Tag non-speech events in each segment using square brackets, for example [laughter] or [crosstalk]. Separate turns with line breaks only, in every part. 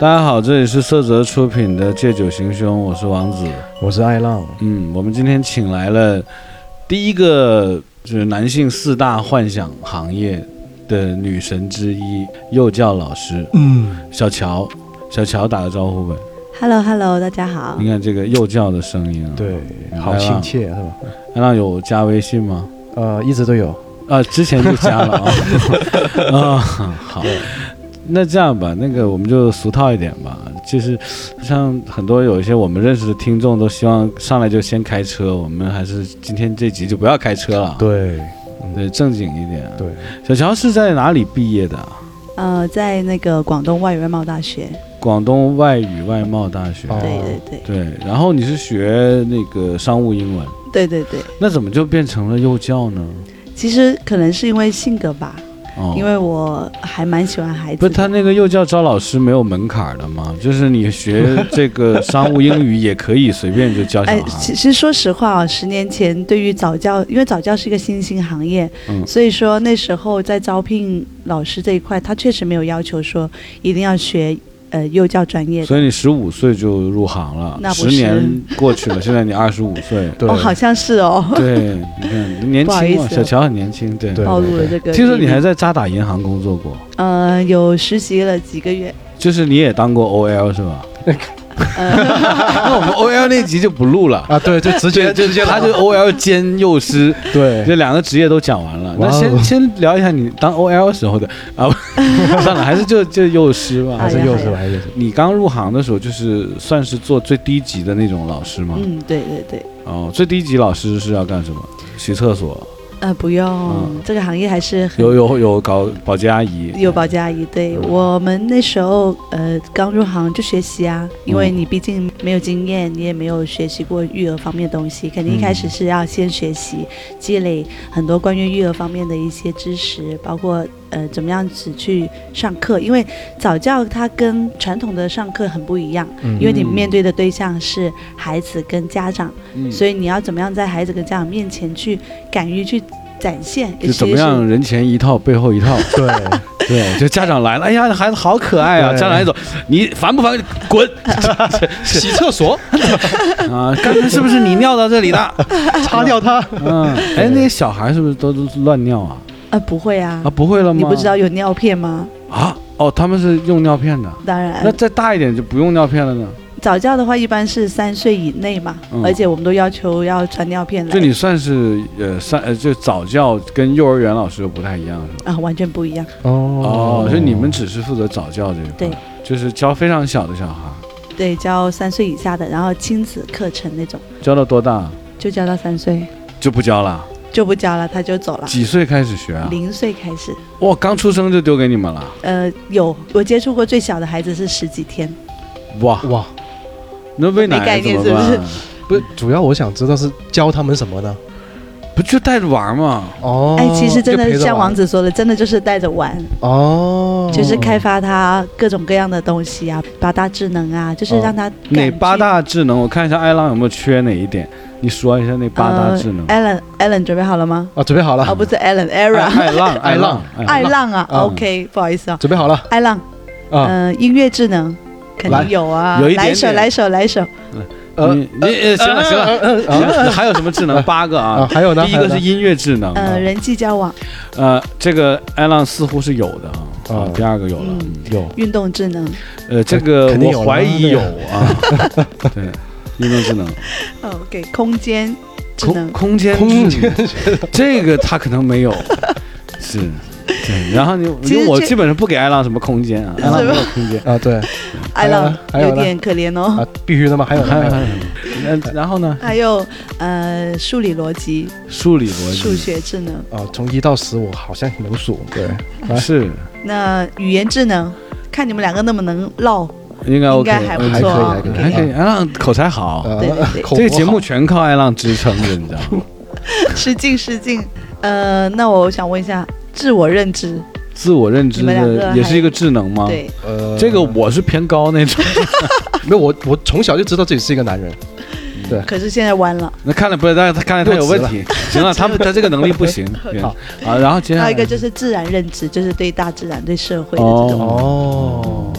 大家好，这里是色泽出品的《借酒行凶》，我是王子。
我是艾浪，
嗯，我们今天请来了第一个就是男性四大幻想行业的女神之一，幼教老师
嗯，
小乔。小乔打个招呼呗，
Hello Hello，大家好
你。看这个幼教的声音啊。，
对，
嗯
好
艾浪
亲切是吧？
安浪有加微信吗？
呃，一直都有，
啊，之前就加了
[laughs]
啊。啊，好，那这样吧，那个我们就俗套一点吧，就是像很多有一些我们认识的听众都希望上来就先开车，我们还是今天这集就不要开车了，啊
对
对，正经一点。
对，
小乔是在哪里毕业的啊？
呃，在那个广东外语外贸大学，
广东外语外贸大学。
哦，
对对对
对，然后你是学那个商务英文，
对对对。
那怎么就变成了幼教呢？
其实可能是因为性格吧，
哦，
因为我还蛮喜欢孩
不
子
是他
的。
那个幼教招老师没有门槛儿的吗？就是你学这个商务英语也可以随便就教小
哎，
孩
其。实说实话啊，十年前对于早教，因为早教是一个新兴行业，
嗯
所以说那时候在招聘老师这一块，他确实没有要求说一定要学呃幼教专业的。
所以你十五岁就入行了，
那
十
不是
年过去
[laughs]
了，现在你二十五岁
对
哦，好像是哦，
对，你看年
不好
轻
意
嘛，
思
小乔很年轻，对。
对
暴露了这个。
听说你还在渣打银行工作过，
呃有实习了几个月，
就是你也当过 OL 是
[laughs]
吧？
呃
[laughs] 那我们 OL 那集就不录 [laughs] 了，
啊，对，就直接
就
直接
他就 OL 兼幼师，这
对，
两个职业都讲完了，那
哇哦
先先聊一下你当 OL 时候的啊，
[laughs]
算了，还是就就幼师吧。
还
哎
是
呀
幼师吧，还是幼师，
你刚入行的时候，就是算是做最低级的那种老师吗？
嗯，对对对。
哦，最低级老师是要干什么？洗厕所，
呃，不用，
嗯
这个行业还是很
有有有搞保洁阿姨，
有保洁阿姨。对、
嗯
我们那时候，呃，刚入行就学习啊，因为
嗯
你毕竟没有经验，你也没有学习过育儿方面的东西，肯定一开始
嗯
是要先学习、积累很多关于育儿方面的一些知识，包括呃怎么样子去上课，因为早教它跟传统的上课很不一样，
嗯
因为你
嗯
面对的对象是孩子跟家长。
嗯
所以你要怎么样在孩子跟家长面前去敢于去展现，
就怎么样人前一套背后一
[laughs]
套，
对，
[laughs] 对，就家长来了，哎呀，孩子好可爱啊，
对
家长一走，你烦不烦？滚
[laughs]
洗厕所
[laughs] 啊！刚才是不是你尿到这里的？
擦掉它，
嗯，哎，那些小孩是不是都都是乱尿啊？
啊、呃不会啊
啊，，不会了吗？
你不知道有尿片吗？
啊？哦，他们是用尿片的。
当
那
然，
再大一点就不用尿片了呢？
早教的话一般是三岁以内嘛，
嗯
而且我们都要求要传尿片来。
就你算是呃三呃，就早教跟幼儿园老师又不太一样是吧？
啊，完全不一样。
哦
就你们只是负责早教这一块，
对，
就是教非常小的小孩，
对，教三岁以下的，然后亲子课程那种，
教到多大
就教到三岁
就不教了？
就不教了，他就走了。
几岁开始学啊？
啊零岁开始，
哇，刚出生就丢给你们了，
呃，有我接触过最小的孩子是十几天，
哇，
哇，
那喂
没
奶
概
怎
念
么办？
是
不
不是，主要我想知道是教他们什么呢？
就带着玩嘛？
哦，
哎，其实真
就陪
的
着
像
玩
王子说的，真的就是带着玩，
哦，
就是开发他各种各样的东西啊，八大智能啊，就是让他敢
哦哪八大智能？我看一下艾浪有没有缺哪一点，你说一下那八
呃
大智能。
？Allen Allen 准备好了吗？
啊，准备好了
哦，，不是 Allen
艾
Era
艾浪，艾浪，
爱浪啊
嗯
，OK，不好意思啊，
准备好了
爱浪，
啊，
呃，音乐智能肯
来
定有啊，
有一点
来一首
点
来一首来一首，
呃
你你呃行了行了，
了
行，还有什么智能？八个
啊，
啊。
还有呢，
第一个是音乐智能，啊
呃，人际交往、
呃，这个艾浪似乎是有的啊。啊
啊，
第二个有了，
嗯
嗯
有
运动智能，
呃，这个
肯定有
我
了
怀疑
对
有啊。 [laughs] 对，运动智能，
哦，OK，空间智
空
能，
空间
空
智能，这个他可能没有，是。对，然后你，
其实
因为我
这
基本上不给艾浪什么空间啊，艾浪没有空间。
啊，对
爱浪
还有呢
有点可怜
啊
哦。，
必须的嘛，还有呢
还有
还有
还
呢
有，呃然后呢？
还有呃，数理逻辑、
数理逻辑，
数学智能，
啊，从一到十我好像能数，对，
是
那语言智能，看你们两个那么能唠。 [laughs]
应该
应
OK，
该还不
还可
错
以
啊
还可以
还可以。艾浪口才好，
嗯呃
对对对
口
这个
活
节目
好
全靠艾浪支撑着，你知道
[laughs]
吗？
失敬失敬。呃，那我想问一下，自我认知，
自我认知
你们两个
的
还
也是一个智能吗？，
对，
呃，
这个我是偏高那种。 [laughs]
没有，我我从小就知道自己是一个男人，
可是现在弯了。
那看来不是，但是他看来他有问题。行了，他们他这个能力不行。对
[laughs] 好
啊，然后接下
还
来
有一个就是自然认知，就是对大自然、对社会的这种。
哦
哦，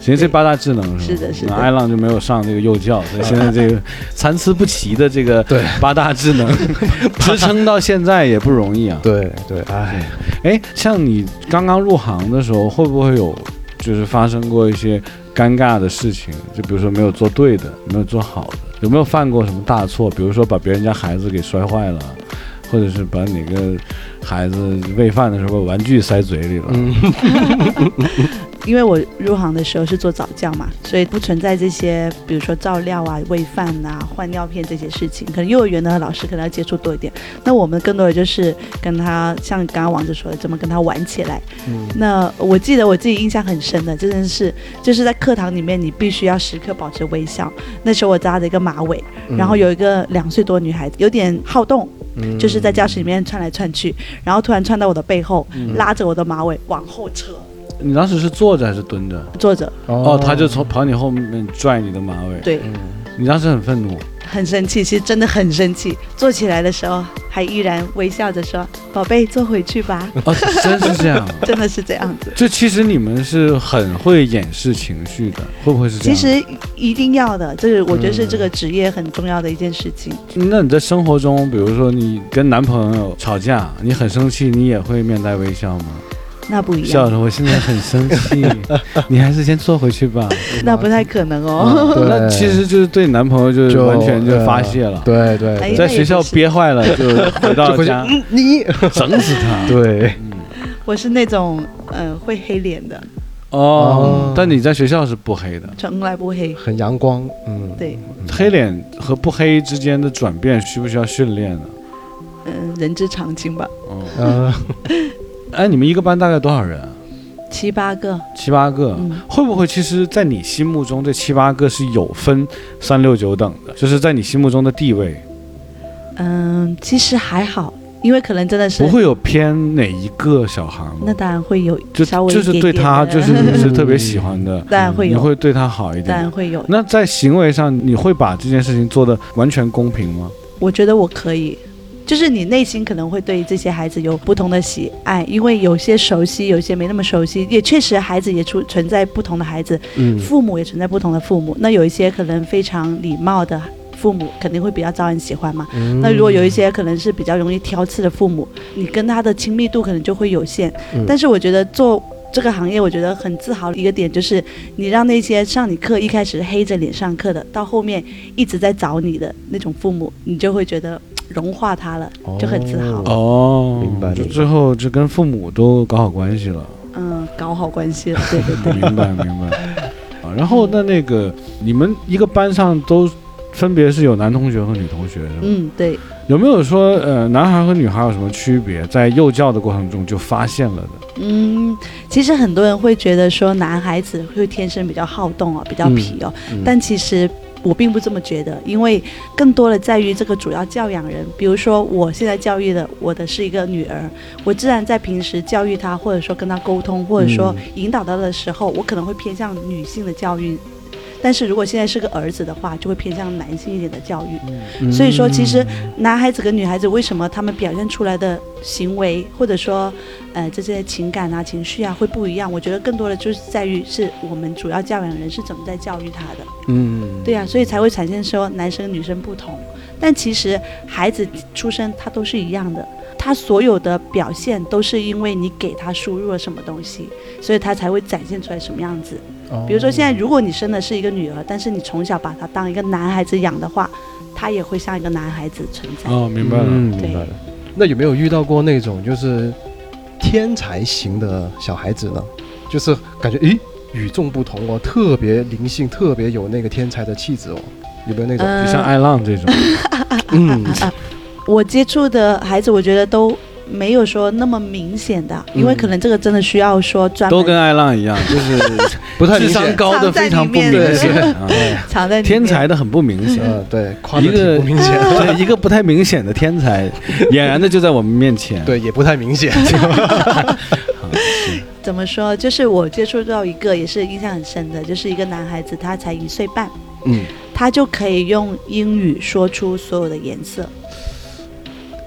其实这八大智能
是
吧
的是的
那艾浪就没有上这个幼教，所以现在这个参差不齐的这个
对
八大智
[laughs]
能支撑到现在也不容易啊。
对对，哎，
哎，像你刚刚入行的时候，会不会有就是发生过一些尴尬的事情？就比如说没有做对的，没有做好的，有没有犯过什么大错？比如说把别人家孩子给摔坏了，
嗯
或者是把哪个孩子喂饭的时候把玩具塞嘴里了？
嗯，
因为我入行的时候是做早教嘛，所以不存在这些，比如说照料啊、喂饭啊、换尿片这些事情。可能幼儿园的老师可能要接触多一点，那我们更多的就是跟他，像刚刚王子说的，怎么跟他玩起来。
嗯
那我记得我自己印象很深的，真的是就是在课堂里面，你必须要时刻保持微笑。那时候我扎着一个马尾，然后有一个两岁多女孩子，有点好动，
嗯
就是在教室里面窜来窜去，然后突然窜到我的背后，
嗯
拉着我的马尾往后扯，
你当时是坐着还是蹲着？
坐着。
哦，他就从跑你后面拽你的马尾。
对，
你当时很愤
[laughs]
怒，
很生气，其实真的很生气。坐起来的时候，还依然微笑着说：“宝贝，坐回
[laughs]
去吧。
哦，真是这样。”
真的是这样子。
就其实你们是很会掩饰情绪的，会不会是这
其
样？
实一定要的，这是我觉得是
嗯
这个职业很重要的一件事情。
那你在生活中，比如说你跟男朋友吵架，你很生气，你也会面带微笑吗？
那不一
笑
样，
着，我现在很生
[laughs]
气，你还是先坐回去吧。
那不太可能 [laughs] 哦。
啊
对
那其实就是对男朋友就是
就呃
完全就发泄了，
对对，
哎
在学校憋坏
哎
了就回
就
到
回去，
家
嗯，你
整死他。
对，
[laughs] 我是那种嗯、呃会黑脸的，
哦
哦，
但你在学校是不黑的，
从来不黑。
很阳光，嗯，
对，
黑脸和不黑之间的转变需不需要训练呢？
嗯、人之常情吧。
哦，
呃，
哎，你们一个班大概多少人啊？
七八个，
七八个，
嗯
会不会其实，在你心目中这七八个是有分三六九等的，就是在你心目中的地位，
嗯、其实还好，因为可能真的是
不会有偏哪一个小孩
那
吗？
当然会有
就
稍微一
就
点
是
点
对他，
的嗯
就是
[laughs]
你是特别喜欢的，嗯
当然会
你
有，
会对他好一
当然
点。
会有。
那在行为上，你会把这件事情做的完全公平吗？
我觉得我可以，就是你内心可能会对这些孩子有不同的喜爱，因为有些熟悉，有些没那么熟悉，也确实孩子也出存在不同的孩子，
嗯
父母也存在不同的父母。那有一些可能非常礼貌的父母，肯定会比较招人喜欢嘛。
嗯
那如果有一些可能是比较容易挑刺的父母，你跟他的亲密度可能就会有限。
嗯
但是我觉得做这个行业，我觉得很自豪的一个点就是，你让那些上你课一开始黑着脸上课的，到后面一直在找你的那种父母，你就会觉得嘖融化他了，就很自豪。
哦
哦，
明白
就
明白
最后就跟父母都搞好关系
[laughs]
了。
嗯，搞好关系了，对对对。
明白明白。啊，然后那那个你们一个班上都分别是有男同学和女同学是吗？
嗯，对，
有没有说呃男孩和女孩有什么区别？在幼教的过程中就发现了的？
嗯，其实很多人会觉得说男孩子会天生比较好动哦，比较
嗯
皮哦，
嗯
但其实我并不这么觉得，因为更多的在于这个主要教养人。比如说，我现在教育的我的是一个女儿，我自然在平时教育她，或者说跟她沟通，或者
嗯
说引导她的时候，我可能会偏向女性的教育。但是如果现在是个儿子的话，就会偏向男性一点的教育。嗯所以说，其实男孩子跟女孩子为什么他们表现出来的行为，或者说，呃，这些情感啊、情绪啊会不一样？我觉得更多的就是在于是我们主要教养人是怎么在教育他的。
嗯，
对啊，所以才会产生说男生女生不同。但其实孩子出生他都是一样的，他所有的表现都是因为你给他输入了什么东西，所以他才会展现出来什么样子。
哦
比如说现在，如果你生的是一个女儿，但是你从小把她当一个男孩子养的话，她也会像一个男孩子存在。
哦，明白了。
嗯，
对
明白了。那有没有遇到过那种就是天才型的小孩子呢？就是感觉诶与众不同哦，特别灵性，特别有那个天才的气质哦。有没有那种？
就像
嗯，
艾浪这种，
嗯
[laughs] 我接触的孩子，我觉得都没有说那么明显的，因为
嗯
可能这个真的需要说专
都
门
跟艾浪一样，
[laughs]
就是
不太
智
明
商
显。
高的非常不明显，啊
[laughs] 藏在里面
天才的很不明显。
嗯
呃，对，夸
一
的
个
挺不明显，
[laughs] 对一个不太明显的天才，俨然的就在我们面前。
对，也不太明显。
怎么说？就是我接触到一个也是印象很深的，就是一个男孩子，他才一岁半，
嗯，
他就可以用英语说出所有的颜色。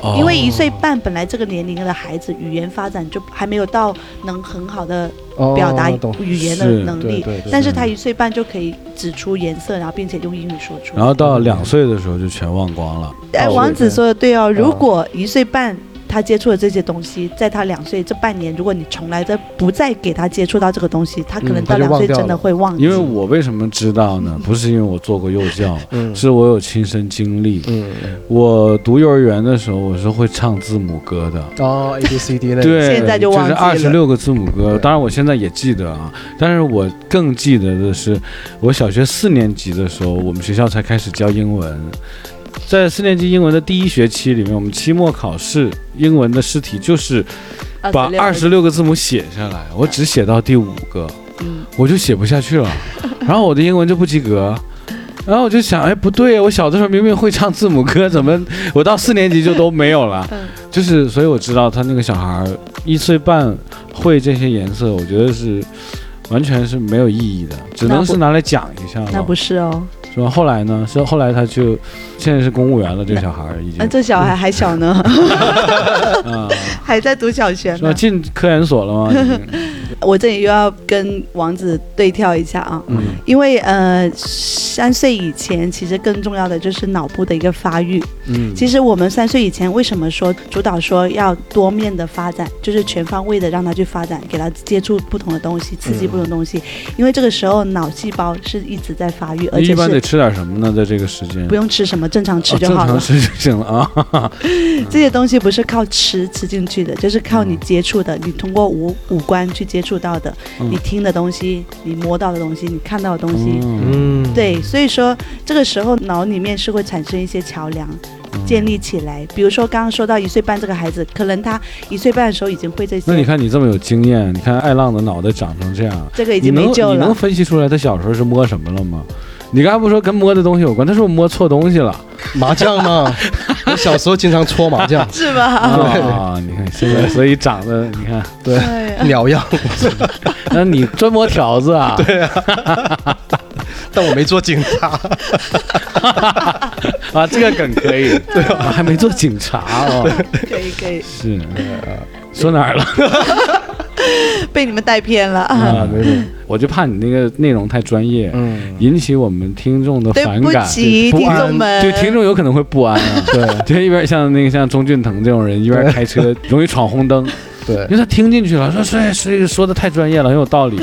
哦
因为一岁半本来这个年龄的孩子语言发展就还没有到能很好的
哦
表达
懂
语言的
是
能
对
力，
对对
但是
是
他一岁半就可以指出颜色，然后并且用英语说出来。
然后到两岁的时候就全忘光了。
哎，
哦
王
对
嗯
子
对
说的对哦，如果一岁半他接触了这些东西，在他两岁这半年，如果你从来的不再给他接触到这个东西，他可能
嗯他
到
就
两岁
忘掉
真的
了
会忘记。
因为我为什么知道呢？不是因为我做过幼教，
嗯
是我有亲身经历。
嗯嗯
我读幼儿园的时候，我是会唱字母歌的。
哦 A B C D 那个
对，
现在就忘记
是
了
二十六个字母歌，
对
当然我现在也记得啊，但是我更记得的是，我小学四年级的时候，我们学校才开始教英文。在四年级英文的第一学期里面，我们期末考试英文的试题就是把
26
二十六个字母写下来，我只写到第五个，
嗯
我就写不下
[laughs]
去了，然后我的英文就不及格。然后我就想，哎，不对，我小的时候明明会唱字母歌，怎么我到四年级就都没有了？
嗯
就是，所以我知道他那个小孩儿一岁半会这些颜色，我觉得是完全是没有意义的，只能是拿来讲一下
那
了
不，是哦，
是吧？后来呢？是后来他就现在是公务员了，这个小孩儿已经
那这小孩还小呢，
啊，
[laughs] 还在读小学
是吧？
呢。
进科研所
[laughs]
了吗？已经
我这里又要跟王子对跳一下啊，
嗯，
因为呃，三岁以前其实更重要的就是脑部的一个发育。
嗯
其实我们三岁以前为什么说主导说要多面的发展，就是全方位的让他去发展，给他接触不同的东西，刺激不同的东西，因为这个时候脑细胞是一直在发育，而
嗯一
且
般得
是
吃点什么呢？在这个时间
不用吃什么，正常吃
哦
就好
正常
了。
吃就行了
[laughs]
啊。
这些东西不是靠吃吃进去的，就是靠你接触的，你通过五五官去接触到的，
嗯
你听的东西，你摸到的东西，你看到的东西。
嗯，
嗯
对，所以说这个时候脑里面是会产生一些桥梁，
嗯
建立起来。比如说刚刚说到一岁半这个孩子，可能他一岁半的时候已经会这些，
那你看你这么有经验，你看艾浪的脑袋长成这样，
这个已
你
经没
能
救
你能
了。，
分析出来他小时候是摸什么了吗？你刚才不说跟摸的东西有关，他是不是摸错东西了？
麻将
[laughs]
嘛，我小时候经常搓麻将
是吧？
啊，你看现在，所以长得你看，
对，
哎呀
鸟样，
那你专摸条子啊？对
但我没做警察，
啊，这个梗可以，对吧？还没做警察啊，
可以可以，
是说哪儿了
被你们带偏了。
啊？没有，我就怕你那个内容太专业，
嗯，
引起我们听众的
对
反
不
感。
起，
不
听
安
众们，
对听众有可能会不安啊， [laughs] 对，就一边像那个像钟俊腾这种人，一边开 [laughs] 车容易闯红灯，
对
因为他听进去了，说是是说的太专业了，很有道 [laughs] 理。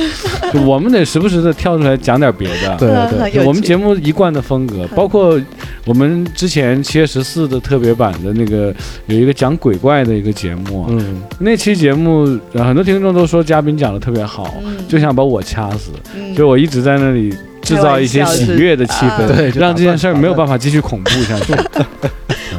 就我们得时不时的跳出来讲点别的，
对
嗯
对
[laughs] 很有
我们
趣嗯
节目一贯的风格，包括我们之前七月十四的特别版的那个有一个讲鬼怪的一个节目啊，
嗯，
那期节目呃很多听众都说嘉宾讲的特别好，
嗯
就想把我掐死，
嗯
就我一直在那里制造一些喜悦的气
开玩
氛，
笑
是啊对
让这件事儿
就打断
没有办法继续恐怖下 [laughs] 去。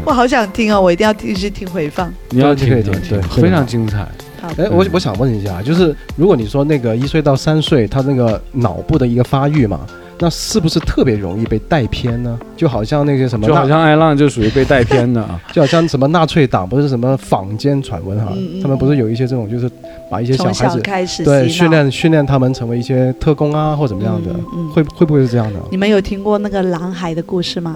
我好想听哦，我一定要继续听回放。
你要听
对
一听
对，对对
非常精彩。
好，
哎，我
嗯
我想问一下，就是如果你说那个一岁到三岁，他那个脑部的一个发育嘛，那是不是特别容易被带偏呢？就好像那个什么
就
纳，
好像艾浪就属于被带偏的啊，
就好像什么纳粹党不是什么坊间传闻哈
嗯嗯，
他们不是有一些这种，就是把一些小
从
孩
小
子
开始
对
洗
训
脑。
练训练他们成为一些特工啊或怎么样的
嗯嗯，
会会不会是这样的？
你们有听过那个狼孩的故事吗？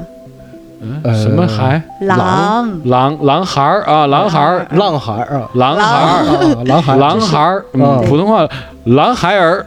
嗯
呃
什么孩
狼，
狼狼孩儿啊，狼孩儿，
浪孩儿
[laughs]
啊，
狼孩儿。
啊狼孩儿，
狼孩儿，嗯，
对
普通话狼孩 [laughs] 儿，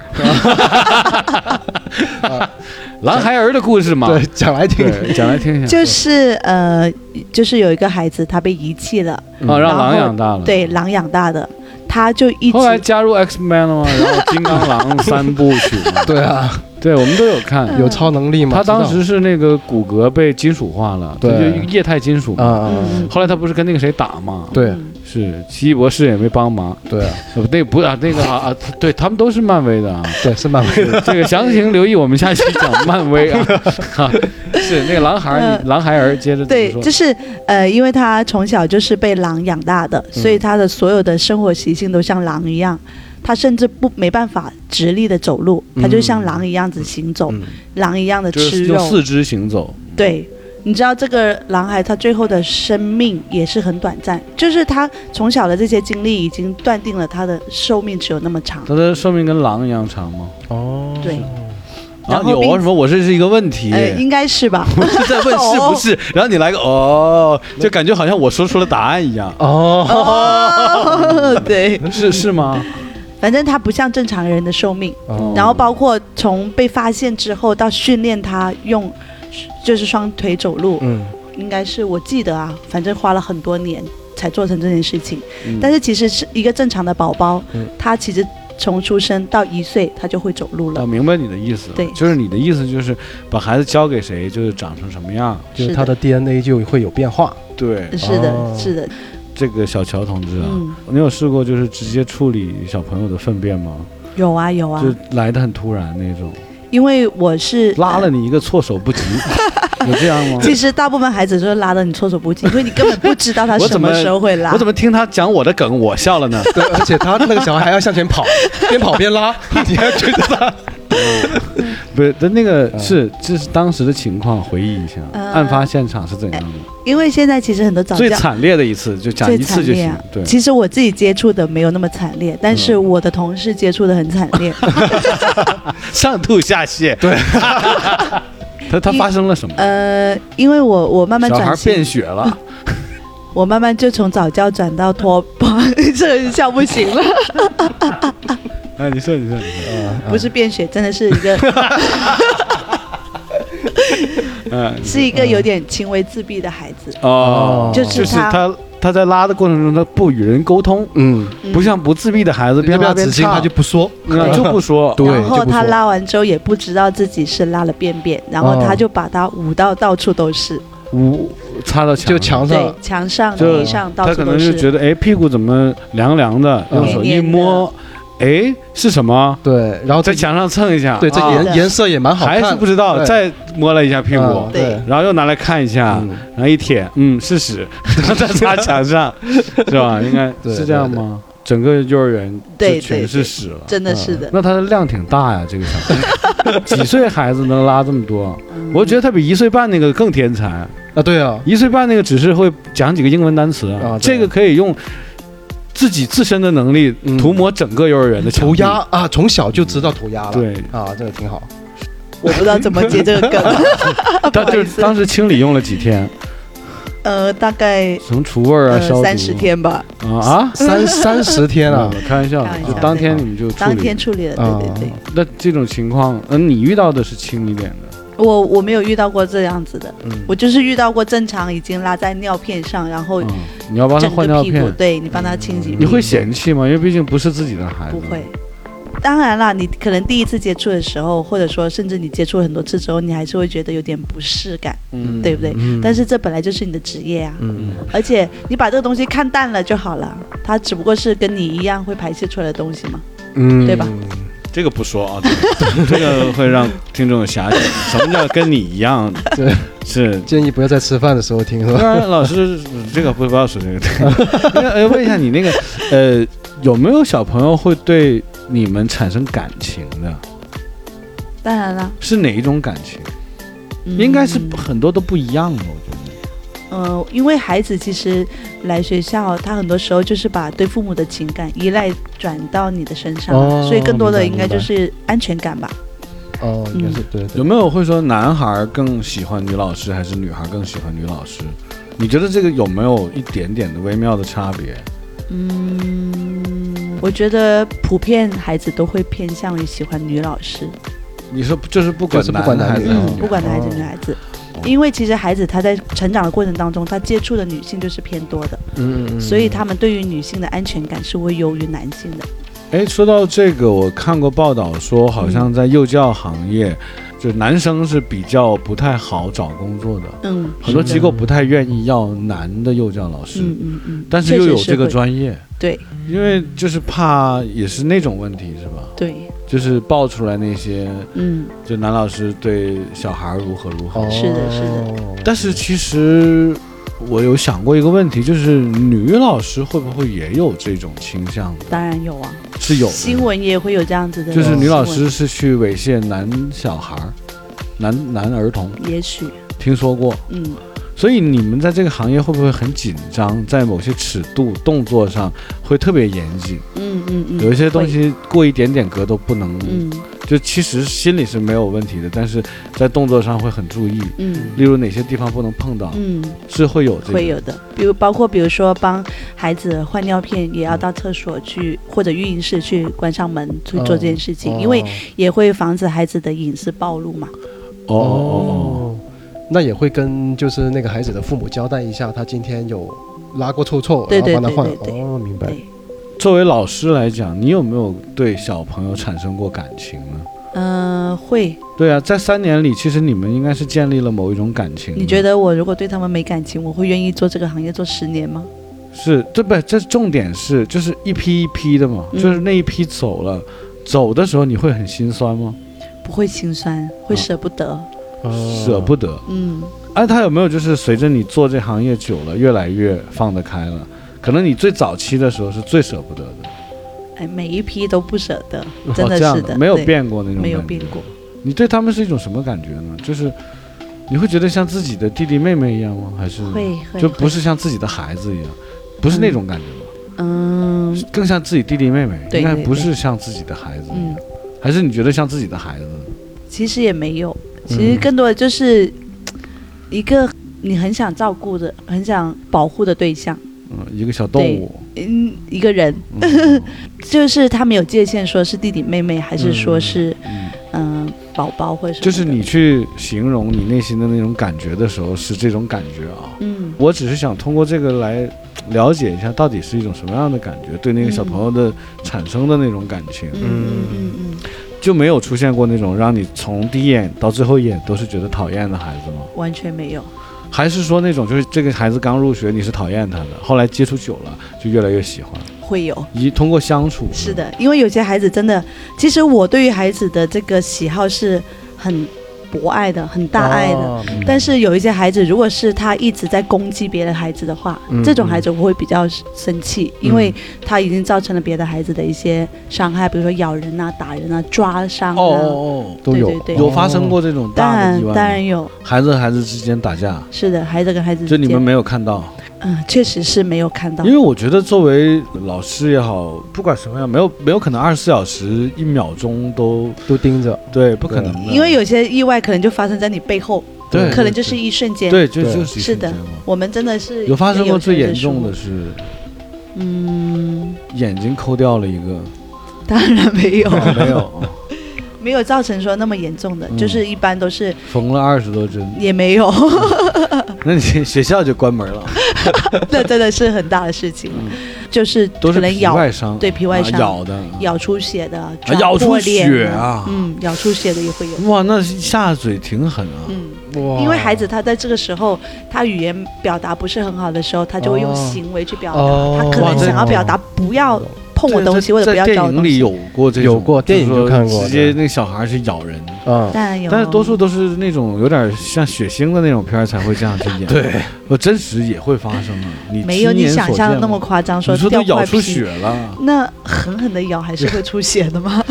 狼孩儿的故事嘛，
对，讲来听听
对，讲来听一下
就是呃，就是有一个孩子他被遗弃了，
啊，让
然后
狼养大了，
对，狼养大的，他就一
后来
直
加入 X Man 了嘛，然后金刚狼三部曲嘛，
[laughs]
对啊，
对，我们都有
嗯
看。
有超能力吗？
他当
知
时是那个骨骼被金属化了，
对
就液态金属
道
嘛。
啊，
嗯
后来他不是跟那个谁打嘛？，
对
嗯
是奇异博士也没帮忙， [laughs]
对啊
呃那不啊那个啊啊，对他们都是漫威的
[laughs]
啊。
对，是漫威的。
这个详情留意我们下期讲漫威啊，
[laughs]
哈是那个狼孩儿，
嗯
你狼孩儿接着怎么
对，
说
就是呃，因为他从小就是被狼养大的，
嗯
所以他的所有的生活习性都像狼一样。他甚至不没办法直立的走路，他就像狼一样子行走，
嗯
狼一样的
嗯就是
吃
用
肉。
四肢行走，
对，你知道这个狼孩他最后的生命也是很短暂，就是他从小的这些经历已经断定了他的寿命只有那么长。
它的寿命跟狼一样长吗？
哦
对，
啊
然，后
有
并
啊，什么？我这是一个问题，
呃，
[laughs]
应该是吧？
我是在问是不是，然后你来个哦，就感觉好像我说出了答案一样，
哦，
哦，对，
是是吗？
反正它不像正常人的寿命。
哦
然后包括从被发现之后到训练它用，就是双腿走路，
嗯，
应该是我记得啊，反正花了很多年才做成这件事情。
嗯
但是其实是一个正常的宝宝
嗯，
他其实从出生到一岁他就会走路
我
了。
啊明白你的意思了，
对
就是你的意思就是把孩子交给谁，就是长成什么样。
就是
是
他的 DNA 就会有变化。
对，
是
哦
的，是的，
这个小乔同志啊，
嗯，
你有试过就是直接处理小朋友的粪便吗？
有啊有啊
就，来的很突然那种，
因为我是
拉了。你一个措手
[laughs]
不及，有这样吗？
其实大部分孩子就是拉的你措手不及，因为你根本不知道他
我
什
怎么
么时候会拉。
我怎么听他讲我的梗，我笑了呢？ [laughs]
对，而且他那个小孩还要向前跑，边跑边拉，你还觉得他
不是，但那个
嗯
是这是当时的情况，回忆一下，
嗯
案发现场是怎样的？
因为现在其实很多呃早
最
教
惨烈的一次，就讲一次就
最惨烈
行
啊。
对，嗯
其实我自己接触的没有那么惨烈，但是我的同事接触的很惨
[laughs]
烈。
上吐下泻。对， [laughs] 他他发生了什么？
呃，因为我我慢慢
小孩
转
变
型，
血了，
我慢慢就从早教转到托， [laughs] 这个笑不行
[laughs]
了，
哎，你说，你说，你说，
不是变血，真的是一
[laughs]
个
嗯，
是一个有点轻微自闭的孩子，
哦，
就
就是是
他
他他在拉的过程中，他不与人沟通，
嗯，
嗯
不像不自闭的孩子边
边
拉
拉
边
纸巾
唱，
他就不说， [laughs]
嗯就不说。
对
然后
就不
他
说
拉完之后也不知道自己是拉了便便，然后
哦
他就把它捂到到处都是，
捂擦到墙上，
就墙
对
上，
墙上、
就
地上到
他
处
可
都。
能就是觉得哎屁股怎么凉凉的，
嗯
用手一摸，哎是什么？
对，然后
在
这
墙上蹭一下，
对这
啊
也
颜颜色也蛮好看
还
的，
是不知道，
对
再摸了一下屁股
嗯，对
对，
然后又拿来看一下，
嗯
然后一舔，嗯是屎， [laughs] 然后再擦墙 [laughs] 上，是吧？应该
对
是这样吗？整个幼儿园就
对
全
对
是屎了。
真的是的，
那他的量挺大呀，这个小孩， [laughs] 几岁孩子能拉这么多？嗯
嗯
我觉得他比一岁半那个更天才。
啊，对啊，
一岁半那个只是会讲几个英文单词，
啊对
这个可以用自己自身的能力
嗯
涂抹整个幼儿园的墙
涂
壁
鸦。啊，从小就知道涂鸦了，
对，
啊，这个挺好，
嗯我不知道怎么接这个
[laughs]
梗，
他
[laughs] 不好
就
意
是
思
当时清理用了几天，
呃，大概
什么除味儿啊、消
呃
毒
三十天吧，
啊啊！
三三十天啊
啊，，开玩笑
开
的，
玩
就
笑
当天你们就处
当
理啊
天。处理了，对对对。
那这种情况，嗯，你遇到的是轻一点的，
我我没有遇到过这样子的，
嗯，
我就是遇到过正常已经拉在尿片上，然后
嗯，你要帮他
整
换尿
个屁股，
片，嗯
对你帮他清洗屁股，
你会嫌弃吗？因为毕竟不是自己的孩子，
不会。当然啦，你可能第一次接触的时候，或者说甚至你接触了很多次之后，你还是会觉得有点不适感，
嗯，
对不对？
嗯
但是这本来就是你的职业啊，
嗯
而且你把这个东西看淡了就好了，它只不过是跟你一样会排泄出来的东西嘛。
嗯
对吧？
这个不说啊， [laughs] 这个这个会让听众有遐想。什么叫跟你一样？
对
是
建议不要在吃饭的时候听，是吧？
当然，老师，这个不不要说这个。 [laughs] 对那呃，问一下你那个，呃，有没有小朋友会对你们产生感情的？
当然啦，
是哪一种感情？
嗯
应该是很多都不一样的，我觉得。
呃，因为孩子其实来学校，他很多时候就是把对父母的情感依赖转到你的身上，
哦
所以更多的
明白
应该就是安全感吧。嗯
哦，应该是对对
有，没有会说男孩更喜欢女老师，还是女孩更喜欢女老师？你觉得这个有没有一点点的微妙的差别？
嗯，我觉得普遍孩子都会偏向于喜欢女老师，
你说就是不管
就是不
男
管
的
男
还
的
是
嗯
啊女
不管男孩子
哦
女孩子，因为其实孩子他在成长的过程当中，他接触的女性就是偏多的，
嗯嗯
所以他们对于女性的安全感是会优于男性的。
哎，说到这个，我看过报道说，好像在幼教行业，就男生是比较不太好找工作的，
嗯，
很多
是的
机构不太愿意要男的幼教老师，
嗯嗯嗯，
但是
确
又
实
有
是
这个
会
专业，
对
因为就是怕也是那种问题是吧？
对，
就是爆出来那些
嗯，
就男老师对小孩如何如何，
哦
是的是的
但是其实。我有想过一个问题，就是女老师会不会也有这种倾向的？
当然有啊，
是有的
新闻也会有这样子的，
就是女老师是去猥亵男小孩儿、男男儿童，
也许，
听说过。
嗯，
所以你们在这个行业会不会很紧张？在某些尺度、动作上会特别严谨，
嗯嗯嗯，
有一些东
会，
西过一点点格都不能
嗯，
就其实心里是没有问题的，但是在动作上会很注意，
嗯
例如哪些地方不能碰到，
嗯，
是会有这个。
会有的。比如包括比如说帮孩子换尿片，也要到厕所去
嗯
或者育婴室去关上门去做这件事情，
哦
因为也会防止孩子的隐私暴露嘛。
哦哦
哦，那也会跟就是那个孩子的父母交代一下，他今天有拉过臭臭，
对对
然后帮他
对对
换。
对
哦，明白。
对，
哦，作为老师来讲，你有没有对小朋友产生过感情呢？
嗯、会。
对啊，在三年里，其实你们应该是建立了某一种感情的。
你觉得我如果对他们没感情，我会愿意做这个行业做十年吗？
是对不？这重点是，就是一批一批的嘛，
嗯
就是那一批走了，走的时候你会很心酸吗？
不会心酸，会
嗯
舍不得。
哦
舍不得。
嗯，
哎，他有没有就是随着你做这行业久了，越来越放得开了？可能你最早期的时候是最舍不得的，
哎，每一批都不舍得，真的
哦、这样
是的，
没有
对，
变过那种感觉，
没有变过。
你对他们是一种什么感觉呢？就是你会觉得像自己的弟弟妹妹一样吗？还是
会会
就不
会
是像自己的孩子一样，不是那种感觉吗？
嗯
更像自己弟弟妹妹，
对
应该
对
不
对
是像自己的孩子一样
嗯，，
还是你觉得像自己的孩子？
其实也没有，
嗯
其实更多的就是嘖一个你很想照顾的、很想保护的对象，
嗯，一个小动物，
嗯，一个人，
嗯
[laughs] 就是他没有界限，说是弟弟妹妹，还是说是
嗯，
嗯、宝宝或者什么的
就是你去形容你内心的那种感觉的时候，是这种感觉啊。
嗯
我只是想通过这个来了解一下，到底是一种什么样的感觉，对那个小朋友的产生的那种感情，
嗯嗯嗯嗯。
就没有出现过那种让你从第一眼到最后一眼都是觉得讨厌的孩子吗？
完全没有，
还是说那种就是这个孩子刚入学你是讨厌他的，后来接触久了就越来越喜欢，
会有。
一通过相处
是，的，因为有些孩子真的，其实我对于孩子的这个喜好是很博爱的，很大爱的。
哦
嗯
但是有一些孩子，如果是他一直在攻击别的孩子的话，
嗯
这种孩子我会比较生气，因
嗯
为他已经造成了别的孩子的一些伤害，比如说咬人啊、打人啊、抓伤啊。
哦哦哦，
都有
对对对
有发生过这种
当
大的
然
意外，吗？
当然有，
孩子和孩子之间打架，
是的，孩子跟孩子之
就
间，
你们没有看到，
嗯，确实是没有看到
因，为我觉得作为老师也好，不管什么样，没有没有可能二十四小时一秒钟都
都盯着。
对，不可能的，
因为有些意外可能就发生在你背后，
对
可能就是一瞬间。
对，就
对
就是一
是
瞬
的
间嘛，
我们真的是
有发生过最严
些人
重
是
的是
说，嗯， [laughs]
眼睛抠掉了一个，
当然
[laughs]
没有，
哦没有，
没有造成说那么严重的，
嗯
就是一般都是
缝了二十多针，
也没有，
那你学校就关门了，
哦那真的是很大的事情，就是
都是
可能
皮
咬
外伤，
对皮外
啊
伤、
咬的，
咬出血的，
啊
抓
咬出
破裂
血
的
啊
嗯，咬出血的也会有，
哇，那下嘴挺狠啊，
嗯。
哇
因为孩子他在这个时候，他语言表达不是很好的时候，他就会用
哦
行为去表达。
哦
他可
哇
能
这
想要表达不要碰我东西或者
在
不要
在
咬
电
我
影
东
里
西。
有过这种，
有过电影
就是说
就看过
直接
对
那个小孩去咬人。
哎
啊，
当然有，
但是多数都是那种有点像血腥的那种片儿才会这样去演。
对，
我真实也会发生啊。你
没有
亲
你
眼
想
所
象的
见
那
吗
么夸张，
你说
掉
都咬
块
出
皮，
血了，
那狠狠的咬还是会出血的吗？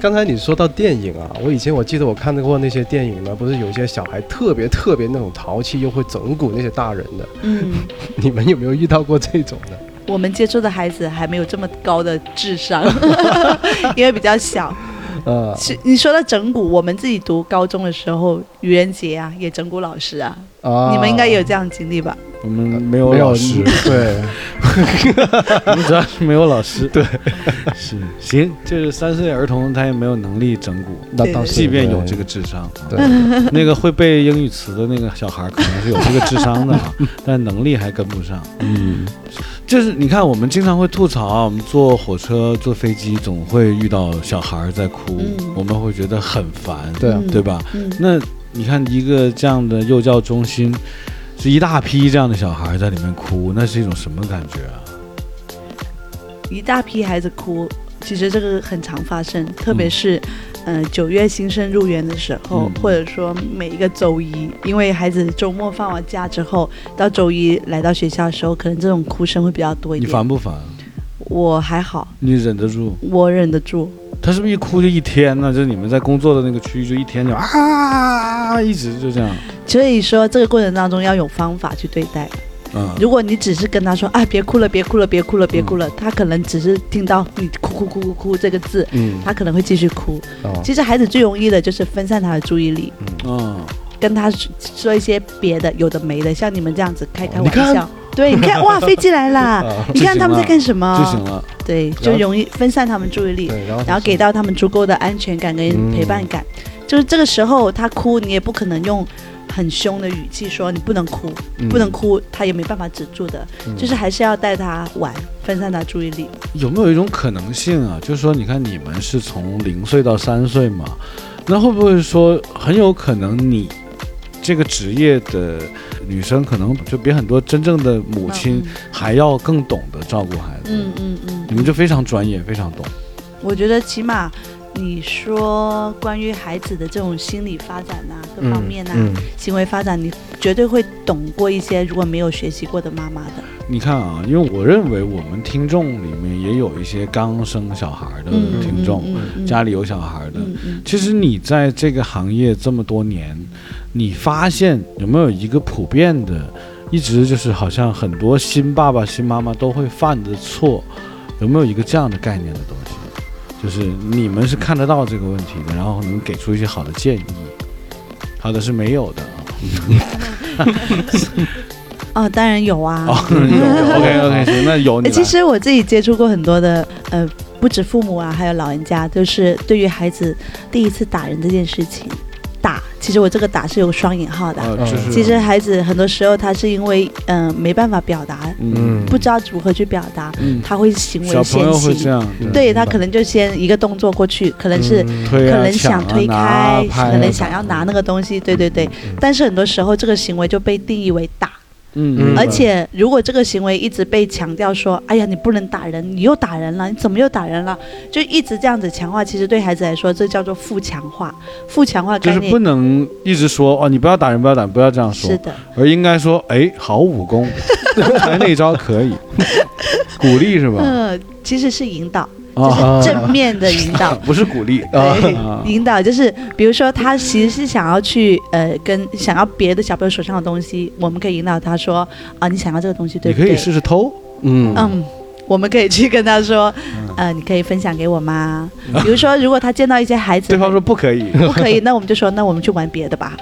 刚才你说到电影啊，我以前我记得我看过那些电影呢，不是有些小孩特别特别那种淘气，又会整蛊那些大人的，
嗯，
你们有没有遇到过这种的？
我们接触的孩子还没有这么高的智商，因为比较小。
呃，
是你说到整蛊，我们自己读高中的时候，愚人节啊，也整蛊老师啊，
啊，
你们应该也有这样的经历吧？
我们没
没
有老师，
对，
我 [laughs] 们主要是没有老师。对， [laughs] 是行，就是三岁儿童他也没有能力整蛊，
那倒是，
即便有这个智商，啊
对，
嗯
那个会背英语词的那个小孩儿可能是有这个智商的
[laughs]
啊，但能力还跟不上。
嗯，
就是你看，我们经常会吐槽啊，我们坐火车、坐飞机总会遇到小孩儿在哭，
嗯
我们会觉得很烦，
对啊
嗯
对吧？
嗯，
那你看一个这样的幼教中心，是一大批这样的小孩在里面哭，那是一种什么感觉啊？
一大批孩子哭，其实这个很常发生，特别是，呃，九月新生入园的时候，
嗯
或者说每一个周一，因为孩子周末放完假之后，到周一来到学校的时候，可能这种哭声会比较多一
你
点。
烦不烦？
我还好，
你忍得住？
我忍得住。
他是不是一哭就一天呢？就是你们在工作的那个区域就一天就啊，一直就这样。
所以说，这个过程当中要有方法去对待。
嗯，
如果你只是跟他说啊，别哭了，别哭了，别哭了，别哭
嗯
了，他可能只是听到你哭哭哭哭哭这个字，
嗯，
他可能会继续哭。
哦，
其实孩子最容易的就是分散他的注意力，
嗯，
跟他说一些别的，有的没的，像你们这样子开开
哦
玩
你看
笑。对，你看，哇，飞机
[laughs]
来啦！
啊
你看他们在干什
就行
么？
了。
对，
然
就
后
容易分散他们注意力，
对，然后
然后给到他们嗯足够的安全感跟
嗯
陪伴感。就是这个时候他哭，你也不可能用很凶的语气说你不能哭，
嗯
不能
哭，
哭，他也没办法止住的。
嗯
就是还是要带他玩，分散他注意力。
有没有一种可能性啊？就是说，你看你们是从零岁到三岁嘛，那会不会说很有可能你这个职业的女生可能就比很多真正的母亲还要更懂得照顾孩子？
嗯，嗯嗯
你们就非常专业，非常懂。
我觉得起码你说关于孩子的这种心理发展呐、各方面呐、
嗯
行为发展，你绝对会懂过一些如果没有学习过的妈妈的。
你看啊，因为我认为我们听众里面也有一些刚生小孩的
嗯，
听众，
嗯嗯、
家
里
里有小孩的，
嗯嗯，
其实你在这个行业这么多年，你发现有没有一个普遍的，一直就是好像很多新爸爸、新妈妈都会犯的错，有没有一个这样的概念的东西？就是你们是看得到这个问题的，然后能给出一些好的建议，好的是没有的啊。
啊，当然有啊。
[laughs] 哦，有 OK
[laughs]
OK，行，那有你
哎，
来
其实我自己接触过很多的，呃，不止父母啊，还有老人家，就是对于孩子第一次打人这件事情，打，其实我这个打是有双引号的啊。
呃就是
其实孩子很多时候他是因为嗯、呃没办法表达，
嗯
不知道如何去表达，
嗯，
他会行为
小朋
先
友会这
行。
样，
对他可能就先一个动作过去，可能是、
嗯推，
推啊
可能想推
抢啊
开，
拿啊拍啊嗯
可能想要拿那个东西，对对对。但是很多时候这个行为就被定义为打，
嗯，嗯
而且如果这个行为一直被强调说，哎呀你不能打人，你又打人了，你怎么又打人了？就一直这样子强化，其实对孩子来说这叫做负强化，负强化
就
概
是
念
不能一直说哦，你不要打人，不要打人，不要这样说
是。的。
而应该说，哎，好武
[laughs]
功，刚才那招可以，鼓励是吧？
嗯，其实是引导，就
啊，
是正面的引导。
[laughs] 不是鼓励，
对
啊，
引导就是，比如说他其实是想要去呃，跟想要别的小朋友手上的东西，我们可以引导他说啊，你想要这个东西，对
你
不
可
对？
以试试偷，
嗯
嗯，我们可以去跟他说，呃，你可以分享给
[laughs]
我吗？比如说，如果他见到一些孩子
对，方说不可
[laughs]
[laughs]
以，
不可以，那我们就说，那我们去玩别的吧。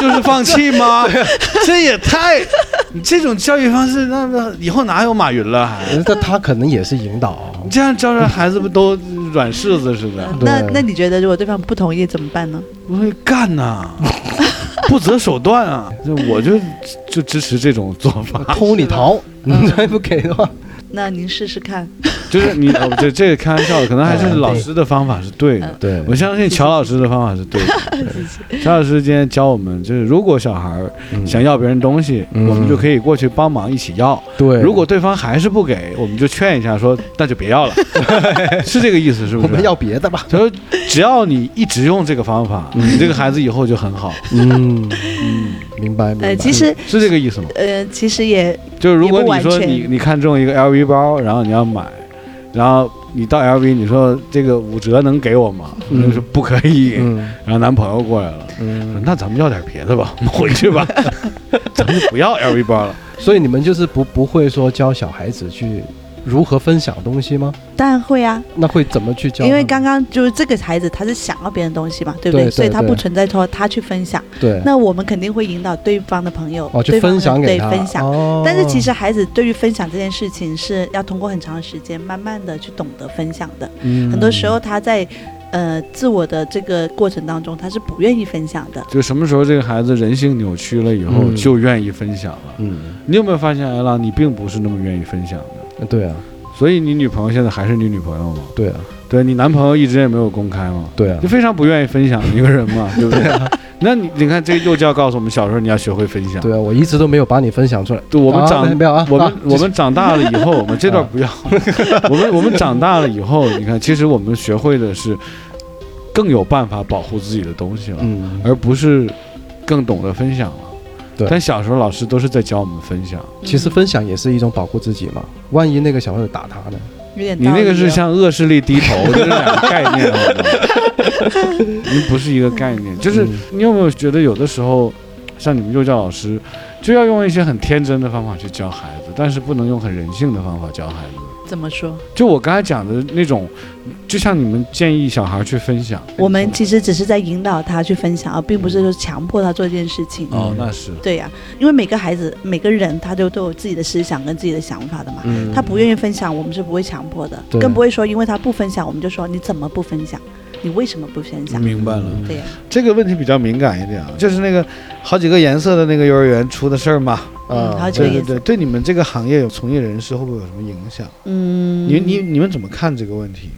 就是放弃吗？
啊
这也太，你这种教育方式，那那以后哪有马云了还？
那他可能也是引导，
你这样教育孩子不都软柿子似的？
嗯那
对啊
那你觉得，如果对方不同意怎么办呢？
我会干呐、 [laughs] 不择手段啊！就我就就支持这种做
[laughs]
法。
偷你逃，你 [laughs] 再不给的话，
那您试试看。
就是你，哦这这个开玩笑的，可能还是
嗯
老师的方法是对的。
对
我相信乔老师的方法是对
[laughs]
的。对乔老师今天教我们，就是如果小孩儿想要别人东西，
嗯
我们就可以过去帮忙一起要。
对，
如果对方还是不给，我们就劝一下，说那就别要
[laughs]
了，是这个意思，是不
我
是？
们要别的吧，
他说，只要你一直用这个方法，你这个孩子以后就很好，
[laughs] 嗯，明白明
呃，
白，
其实
是这个意思吗？
呃，其实也
就是如果
也不
你
完
说
全
你你看中一个 LV 包，然后你要买，然后你到 LV 你说这个五折能给我吗？
嗯
人家说不可以，
嗯
然后男朋友过来了，说
嗯，
那咱们要点别的吧，我们回去吧， [laughs] 咱们就不要 LV 包了。
所以你们就是不不会说教小孩子去如何分享东西吗？
当然会啊，
那会怎么去教他
因
们？
为刚刚就是这个孩子他是想要别人的东西嘛，对不
对
所以
对
他
对
不存在说他去分享。
对，
那我们肯定会引导对方的朋友
哦，去
对方的
分享给他，
对分享。
哦
但是其实孩子对于分享这件事情是要通过很长的时间，慢慢的去懂得分享的。
嗯
很多时候他在呃自我的这个过程当中，他是不愿意分享的。
就什么时候这个孩子人性扭曲了以后，
嗯
就愿意分享了。
嗯，
你有没有发现，艾拉，你并不是那么愿意分享的？
对啊，
所以你女朋友现在还是你女朋友吗？
对啊，
对你男朋友一直也没有公开吗？
对啊
你，非常不愿意分享的一个人嘛，对不对？
啊
那你你看，这个幼教告诉我们，小时候你要学会分享。
对啊，我一直都没有把你分享出来。
对，我们
啊
长、
没没有啊，
我们、
啊
我们长大了以后，我们这段
啊
不要。我们我们长大了以后，你看，其实我们学会的是更有办法保护自己的东西了，
嗯，
而不是更懂得分享了。
对
但小时候老师都是在教我们分享，
其
嗯
实分享也是一种保护自己嘛，万一那个小朋友打他呢？
有点
你
道
那个
理
是
哦
向恶势力
[laughs]
低头，这是两个概念，好吧？你不是一个概念。就是
嗯
你有没有觉得有的时候，像你们幼教老师，就要用一些很天真的方法去教孩子，但是不能用很人性的方法教孩子。
怎么说？
就我刚才讲的那种，就像你们建议小孩去分享，
我们其实只是在引导他去分享，而并不是说强迫他做这件事情。
哦，那是
对呀、因为每个孩子、每个人他都都有自己的思想跟自己的想法的嘛。
嗯
他不愿意分享，我们是不会强迫的，
对
更不会说因为他不分享，我们就说你怎么不分享，你为什么不分
嗯
享？
明白了。
对呀、
这个问题比较敏感一点啊，就是那个好几个颜色的那个幼儿园出的事儿嘛。
嗯
啊
好几这
对
个
对
颜色
对，对你们这个行业有从业人士会不会有什么影响？
嗯，
你你你们怎么看这个问题？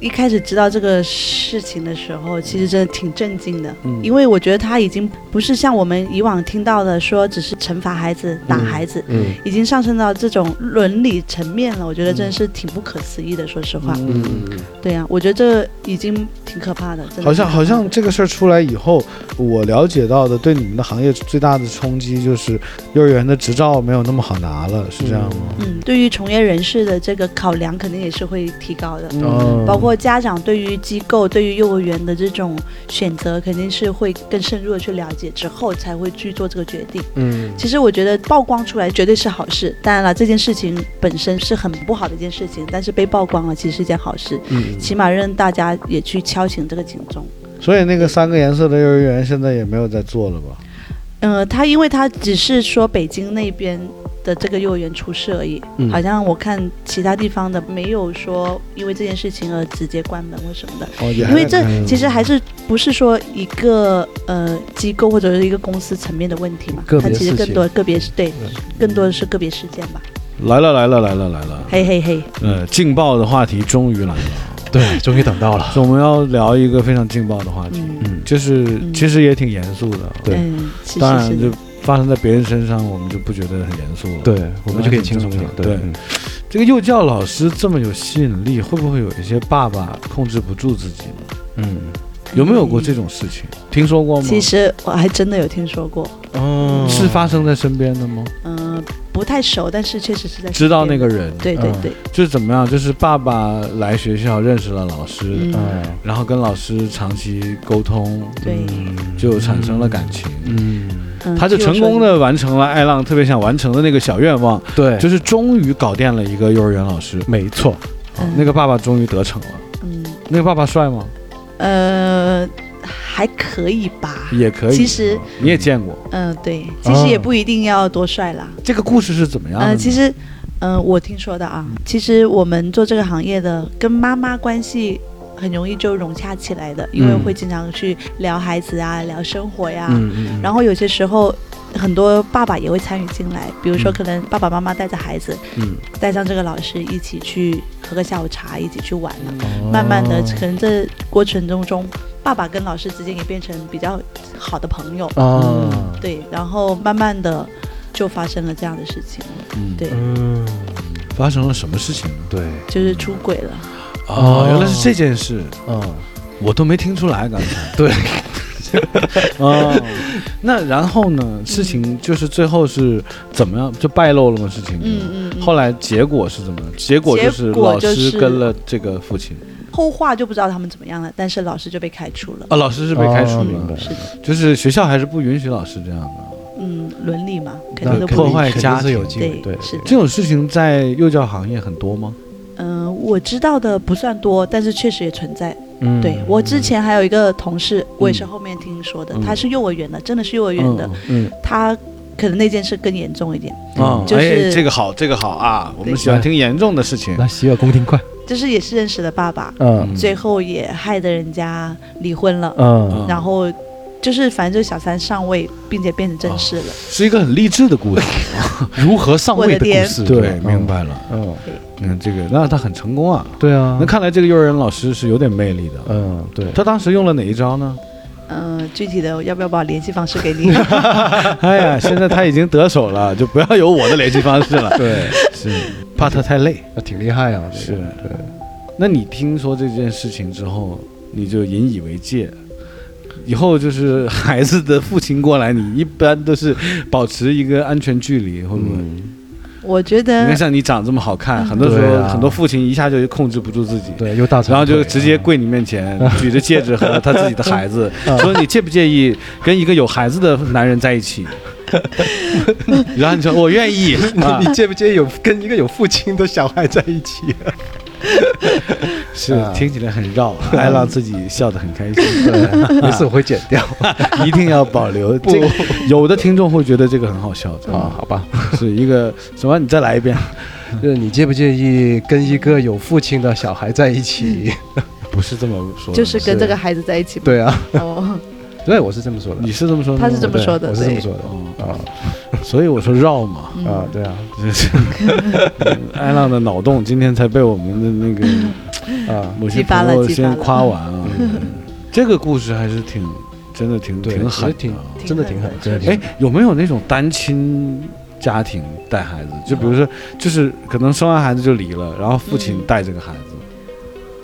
一开始知道这个事情的时候，其实真的挺震惊的，
嗯
因为我觉得他已经不是像我们以往听到的说只是惩罚孩子、打孩子，
嗯
已经上升到这种伦理层面了。我觉得真的是挺不可思议的，说实话。
嗯，
嗯
对呀、我觉得这已经挺可怕的，真的
好像
挺可怕的
好像这个事儿出来以后，我了解到的对你们的行业最大的冲击就是幼儿园的执照没有那么好拿了，是这样吗？
嗯，对于从业人士的这个考量，肯定也是会提高的。
嗯
哦
包括家长对于机构、对于幼儿园的这种选择，肯定是会更深入的去了解之后，才会去做这个决定。
嗯
其实我觉得曝光出来绝对是好事，当然了，这件事情本身是很不好的一件事情，但是被曝光了其实是一件好事，
嗯
起码让大家也去敲醒这个警钟。
所以那个三个颜色的幼儿园现在也没有在做了吧？
呃，他因为他只是说北京那边的这个幼儿园出事而已，
嗯
好像我看其他地方的没有说因为这件事情而直接关门或什么的，
哦，也
因为
还
这
没有
其实还是不是说一个呃机构或者是一个公司层面的问题嘛
个，别
它其实
事
更
情
多个别是对
嗯，
更多的是个别事件吧。
来了来了来了来了，
嘿嘿嘿，
呃，劲爆的话题终于来了，
对，终于等到了。
所以我们要聊一个非常劲爆的话题，
嗯
嗯，
就是
嗯
其实也挺严肃的，
对
嗯，是
当
是
然
是
就，发生在别人身上，我们就不觉得很严肃了。，
对，我们就可以轻松一点。
对
嗯
这个幼教老师这么有吸引力，会不会有一些爸爸控制不住自己呢？
嗯，
有没有过这种事情？听说过吗？
嗯其实我还真的有听说过，
哦
是发生在身边的吗？
嗯、不太熟，但是确实是在
知道那
个，
个人，嗯
对对对，
就是怎么样？就是爸爸来学校认识了老师，
嗯
嗯，
然后跟老师长期沟通，
对，
嗯
就产生了感情。
嗯，
嗯
他就成功，的完成了艾浪特别想完成的那个小愿望，
对，
就是是终于搞定了一个幼儿园老师。
没错，
嗯
那个爸爸终于得逞了。
嗯
那个爸爸帅吗？
呃，还可以吧，
也可以。
其实
你也见过
嗯、对，其实也不一定要多帅啦，
这个故事是怎么样的呢？
呃，其实，嗯、我听说的啊，其实我们做这个行业的，跟妈妈关系很容易就融洽起来的，因为
嗯
会经常去聊孩子啊，聊生活呀、
嗯嗯，
然
后
后有些时候。很多爸爸也会参与进来，比如说可能爸爸妈妈带着孩子，
嗯，
带上这个老师一起去喝个下午茶，一起去玩了。
嗯
慢慢
哦
的，可能这过程中中，爸爸跟老师之间也变成比较好的朋友，嗯
啊，
对，然后慢慢的就发生了这样的事情，
嗯
对，
嗯，
发生了什么事情呢？
对，
就是出轨了。
哦
哦，
原来是这件事，
嗯，
我都没听出来刚 [laughs] 才。
对，
哦，那然后呢？事情就是最后是怎么样？就败露了吗？事情？
嗯。嗯嗯。
后来结果是怎么样？结果就是
结果
老
就是
师跟了这个父亲，
后话就不知道他们怎么样了，但是老师就被开除了。嗯
啊，老师是被开除
哦明
了
白，
是的，
就是学校还是不允许老师这样的。
嗯，伦理嘛，肯
那
定都不
破
允
坏
许
肯定
家
是有
庭
机会，
对
对，
是的
这种事情在幼教行业很多吗？
嗯、我知道的不算多，但是确实也存在。
嗯
对我之前还有一个同事，我也是后面听说的，
嗯
他是幼儿园的，真的是幼儿园的，
嗯哦
他可能那件事更严重一点，
啊，
嗯就是
哎，这个好，这个好啊，我们
对
喜欢听严重的事情。
来洗耳恭听，快，
就是也是认识的爸爸，
嗯
最后也害得人家离婚了，
嗯，
然后就是反正就小三上位，并且变成正室了。
是一个很励志的
[laughs]
故事。
如何上位
我的
故
天
事，
对，明，白了。
嗯，
嗯，这个那他很成功啊。
对啊
那，看来这个幼儿园老师是有点魅力的。
嗯，对，
他当时用了哪一招呢？ [laughs]
嗯、具体的要不要把联系方式给你？
哎呀，现在他已经得手了，就不要有我的联系方式了。
对，
是，怕他太累。
那挺厉害啊，
是
这个对，
那你听说这件事情之后，你就引以为戒。以后就是 [laughs] 孩子的父亲过来，你一般都是保持一个安全距离，会不会？
嗯，
我觉
你
得
看，像你长这么好看，很多时
对
候
啊
很多父亲一下就控制不住自己，
对，又大长腿，
然后就直接跪你面前，举着
[laughs] 嗯 [laughs]
戒指和他自己的孩子，说你介不介意跟一个有孩子的男人在一起？然后你说我愿意啊
你，介不介意有跟一个有父亲的小孩在一起？
是
啊
听起来很
[laughs]
绕，还让自己笑得很开心。
对， [laughs] 没事，我会剪掉。
[laughs] 一定要保留。
[laughs] 不
这个有的听众会觉得这个很好笑，真的
[laughs] 啊，好吧，
是一个什么？你再来一遍？
就是你介不介意跟一个有父亲的小孩在一起？
不是这么说的，
就是跟
是
这个孩子在一起嘛。
[laughs] 对啊，
哦，
对，我是这么说的
你，是这么说的吗，
他是这么
对
说的
我是这么
对
说的。
哦，
啊
所以我说绕嘛，
嗯
啊，对啊，
就是嗯艾浪的脑洞今天才被我们的那个
[laughs]
啊，
某些
激发
朋
了
友
激发
先
了嗯
夸完啊。这个故事还是挺真的挺
对
挺
其实
狠
挺
的啊。
真的挺
挺
狠
狠，
真的
的
挺
哎，有没有那种单亲家庭带孩子？就比如说，就是可能生完孩子就离了，然后父亲
嗯
带这个孩子。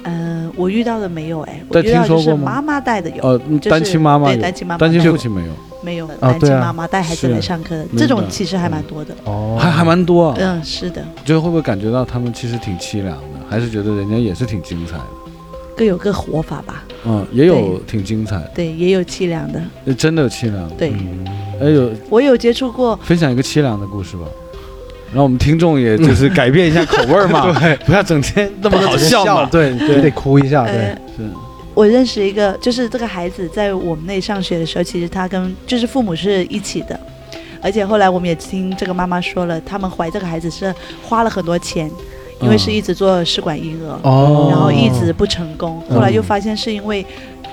嗯，我遇到的没有哎，我
但
遇到
听说
就是
过吗
妈妈带的有，
呃，
就是
单亲妈妈
对
有
单亲妈妈
单亲
带
父亲没有，
没有
啊
单亲
对啊
妈妈带孩子
是
来上课的，
明
这
白嗯
种其实还蛮多的。
哦，
还还蛮多啊。
嗯，是的，
就会不会感觉到他们其实挺凄凉的，还是觉得人家也是挺精彩的？
各有各活法吧。
嗯，也有挺精彩的
对，也有凄凉的。，
呃真的有凄凉的。
对
嗯
哎呦，
我有接触过，
分享一个凄凉的故事吧，让我们听众也就是改变一下口味儿 [laughs] 嘛，嗯不要整天那么好笑嘛。
[laughs] 对，你得哭一下，对
呃，，
是
我认识一个，就是这个孩子在我们那里上学的时候，其实他跟就是父母是一起的，而且后来我们也听这个妈妈说了，他们怀这个孩子是花了很多钱，因为是一直做试管婴儿，
嗯哦
然后一直不成功，
嗯
后来又发现是因为。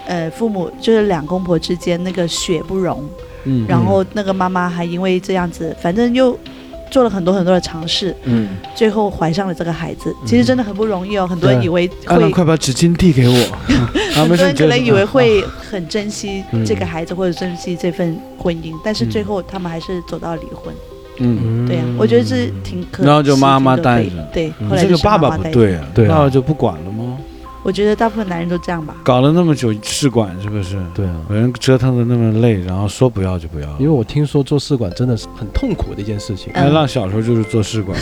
呃，父母就是两公婆之间那个血不容，
嗯，
然后那个妈妈还因为这样子，反正又做了很多很多的尝试，
嗯，
最后怀上了这个孩子。其实真的很不容易哦，很多人
嗯对
以为
阿
会
兰，快把纸巾递给我。
[laughs]
啊，
很
没
多
事，
人
你嗯
可
接
能
着
以为会很珍惜
嗯
这个孩子或者珍惜这份婚姻，但是
嗯
最后他们还是走到离婚。
嗯，
对啊，我觉得是挺可惜，
然后就妈妈
挺可悲
带着
对，
嗯
后来
这
就
个
是
爸爸
妈妈
不
带着。
对啊，
对啊
那就不管了吗？
我觉得大部分男人都这
[laughs]
样吧。
搞了那么久试管是不是？
对啊，
把人折腾的那么累，然后说不要就不要了。
因为我听说做试管真的是很痛苦的一件事情。
艾
嗯
浪小时候就是做试
[laughs]
管，